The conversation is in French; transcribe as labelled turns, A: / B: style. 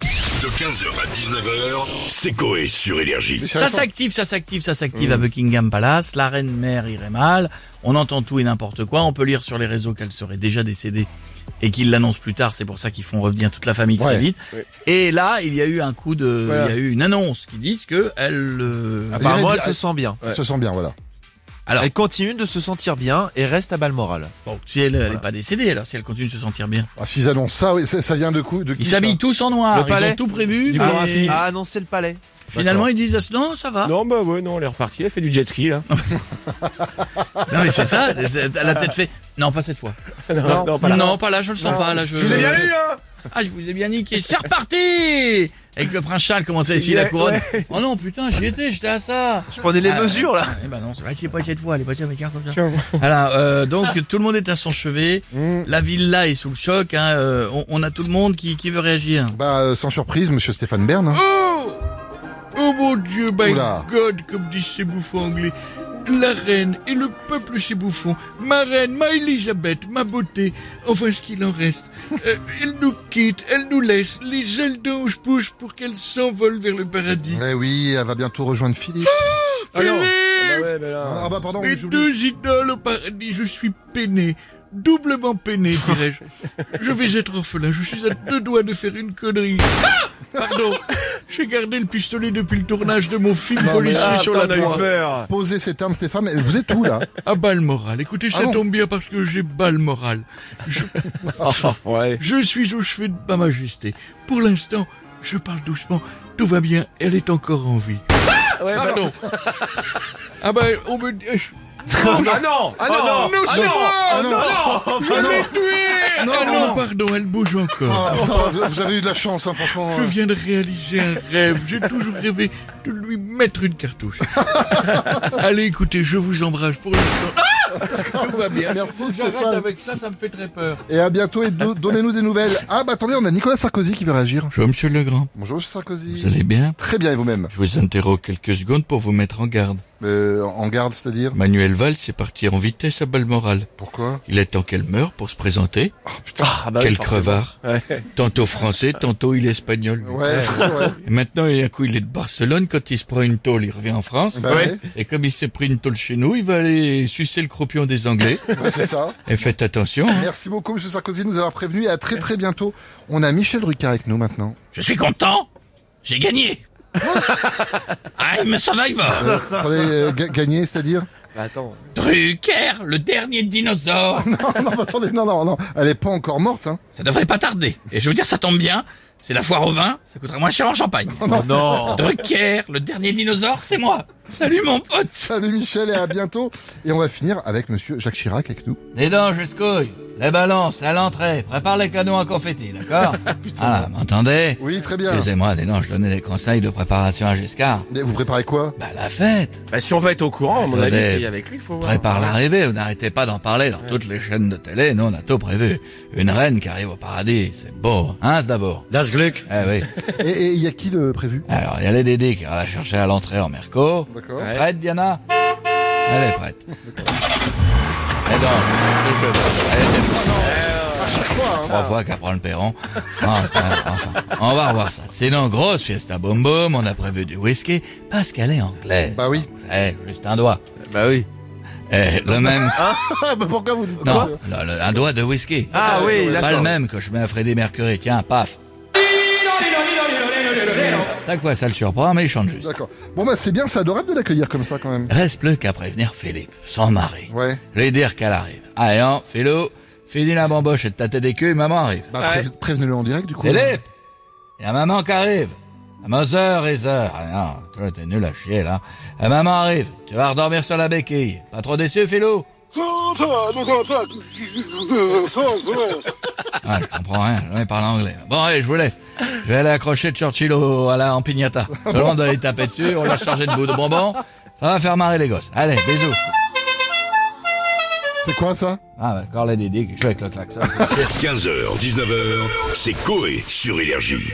A: De 15h à 19h, c'est Coé sur Énergie.
B: Ça s'active, ça s'active, ça s'active à Buckingham Palace. La reine mère irait mal. On entend tout et n'importe quoi. On peut lire sur les réseaux qu'elle serait déjà décédée et qu'ils l'annoncent plus tard. C'est pour ça qu'ils font revenir toute la famille très
C: Ouais.
B: vite.
A: Ouais.
B: Et là, il y a eu un coup de,
C: Voilà.
B: il y a eu une annonce qui dit que elle. euh,
D: Apparemment,
C: J'irais
D: elle
C: bien-
D: se sent bien.
C: Elle se sent bien, voilà.
B: Alors-
D: Elle continue de se sentir bien et reste à bas le moral.
B: bon, si elle, elle est pas décédée, alors si elle continue de se sentir bien.
C: Ah, S'ils annoncent ça, oui, ça, ça vient de coup de qui
B: Ils
C: ça
B: s'habillent tous en noir.
D: Le
B: ils
D: palais
B: ont tout prévu.
D: Ah,
B: et
D: a annoncé le palais.
B: finalement, ils disent non, ça va.
E: Non, bah ouais, non, elle est repartie, elle fait du jet ski, là.
B: Non, mais c'est ça. c'est- Elle a peut-être fait. Non, pas cette fois.
E: non, non, Oh, pas là.
B: Non, pas là, je le sens pas. Là, je...
E: Je vous ai bien lu, hein
B: Ah, je vous ai bien niqué. C'est reparti Avec le prince Charles commençait ici la
E: Ouais,
B: couronne. Oh non, putain, j'y étais, j'étais à ça.
D: Je prenais les
B: Ah,
D: mesures là.
B: Eh ben non, c'est vrai qu'il est pas cette fois, elle est pas tiens, mais tiens, comme ça.
E: Tiens.
B: Alors, euh, donc, tout le monde est à son chevet.
C: Mmh.
B: La villa est sous le choc. Hein. euh, on, on a tout le monde qui, qui veut réagir.
C: Bah, euh, sans surprise, monsieur Stéphane Bern. hein.
B: Oh Oh mon Dieu, my
C: Oula.
B: God, comme disent ces bouffons anglais. La reine et le peuple ces bouffons. Ma reine, ma Elisabeth, ma beauté. Enfin, ce qu'il en reste. Euh, elle nous quitte, elle nous laisse. Les ailes d'ange poussent pour qu'elle s'envole vers le paradis.
C: Eh oui, elle va bientôt rejoindre Philippe.
E: Ah non.
B: Philippe
E: Ah bah ouais, mais là.
C: Ah bah pardon,
B: Mes
C: oui, j'oublie.
B: Mmh. deux idoles au paradis, je suis peiné. Doublement peiné, dirais-je. je vais être orphelin, je suis à deux doigts de faire une connerie. Ah Pardon, j'ai gardé le pistolet depuis le tournage de mon film policier
E: Ah,
B: sur
E: putain,
B: la
E: on a eu
B: droite.
E: peur.
C: Posez ces termes, Stéphane. mais Vous êtes où, là
B: À bas le moral. Écoutez, ça
C: Ah bon
B: tombe bien parce que j'ai bas le moral. Je,
E: Ah, Ouais.
B: je suis au chevet de ma majesté. Pour l'instant, je parle doucement. Tout va bien, elle est encore en vie.
E: Ouais, bah non.
B: Pardon. ah ben, on me dit...
E: Ah non Ah non
B: non, c'est moi
C: Ah non
B: Je
C: Ah non
B: l'ai tuée
C: Non,
B: Ah
C: non, non.
B: non, pardon, elle bouge encore.
C: Ah, putain, vous- Vous avez eu de la chance, hein, franchement.
B: Je viens de réaliser un rêve. J'ai toujours rêvé de lui mettre une cartouche. Allez, écoutez, je vous embrasse pour l'instant. Ah Tout va bien.
C: Merci,
B: Faut que j'arrête
C: Stéphane.
B: avec ça, ça me fait très peur.
C: Et à bientôt et do- donnez-nous des nouvelles. Ah bah attendez, on a Nicolas Sarkozy qui veut réagir.
B: Bonjour, monsieur Legrand.
C: Bonjour, monsieur Sarkozy.
B: Vous allez bien
C: Très bien, et vous-même
B: Je vous interroge quelques secondes pour vous mettre en garde.
C: Euh, En garde, c'est-à-dire
B: Manuel Valls est parti en vitesse à Balmoral.
C: Pourquoi
B: Il est temps qu'elle meure pour se présenter.
E: Ah bah oui,
B: Quel
E: forcément.
B: crevard.
E: Ouais.
B: Tantôt français, tantôt il est espagnol.
C: Ouais, ouais.
B: Et maintenant, et un coup, il est de Barcelone. Quand il se prend une tôle, il revient en France.
C: Bah ouais.
B: Et comme il s'est pris une tôle chez nous, il va aller sucer le croupion des Anglais.
C: Ouais, c'est ça.
B: et faites attention. hein.
C: Merci beaucoup, monsieur Sarkozy, de nous avoir prévenus. Et à très très bientôt. On a Michel Ricard avec nous maintenant.
B: Je suis content. J'ai gagné. I'm a survivor.
C: Euh, attendez, euh, ga- gagner, c'est-à-dire
E: Bah attends.
B: Drucker, le dernier dinosaure.
C: Oh, Non, non, attendez, non, non, non, elle est pas encore morte, hein.
B: Ça devrait pas tarder. Et je veux dire, ça tombe bien. C'est la foire au vin. Ça coûtera moins cher en champagne.
D: Oh non.
B: Drucker, le dernier dinosaure, c'est moi. Salut mon pote.
C: Salut Michel et à bientôt. Et on va finir avec monsieur Jacques Chirac avec nous.
B: Les dents jusqu'ouille. La balance à l'entrée. Prépare les canons à confetti, d'accord Ah, m'entendez
C: Oui, très bien.
B: Excusez-moi, des dents, je donnais des conseils de préparation à Giscard.
C: Mais vous préparez quoi
B: Bah la fête
E: Bah si on veut être au courant, à mon
B: Attendez.
E: avis, c'est avec lui, faut voir.
B: Prépare l'arrivée, vous n'arrêtez pas d'en parler dans toutes les chaînes de télé, nous on a tout prévu. Une reine qui arrive au paradis, c'est beau, hein, c'est d'abord
D: Das Gluck.
B: Eh oui.
C: Et- Et il y a qui de prévu
B: Alors, il y a les Dédés qui ira la chercher à l'entrée en Merco.
C: D'accord.
E: Ouais.
B: Prête, Diana Elle est prête. Et donc, que je veux. Elle était prête trois fois qu'elle prend le perron. Enfin, enfin, on va revoir ça. Sinon, grosse fiesta boum boum, on a prévu du whisky, parce qu'elle est anglaise.
C: Bah oui.
B: Eh, juste un doigt.
D: Bah oui.
B: Eh, le même...
C: Ah, bah pourquoi vous dites
B: Non, le- le- un doigt de whisky.
D: Ah
B: Pas
D: oui,
B: le
D: d'accord.
B: même que je mets à Freddie Mercury. Tiens, paf. Chaque fois, ça le surprend, mais il chante juste.
C: D'accord. Bon bah c'est bien, c'est adorable de l'accueillir comme ça quand même.
B: Reste plus qu'à prévenir Philippe, son mari.
C: Ouais.
B: Je vais dire qu'elle arrive. Allez, hein, Philo, finis la bamboche et de tâter des culs, maman arrive.
C: Bah pré- prévenez-le en direct du coup.
B: Philippe, il y a maman qui arrive. À mes heures et heures. Ah non, toi, t'es nul à chier, là. La maman arrive. Tu vas redormir sur la béquille. Pas trop déçu, Philo? Ah, je comprends rien, je parle anglais. Bon, allez, je vous laisse. Je vais aller accrocher Churchill au, à la empignata. Tout le monde va aller taper dessus, on va charger de bouts de bonbons. Ça va faire marrer les gosses. Allez, bisous.
C: C'est quoi ça
B: Ah, bah, encore les dédés qui jouent avec le klaxon.
A: 15h, 19h, c'est Coé sur Énergie.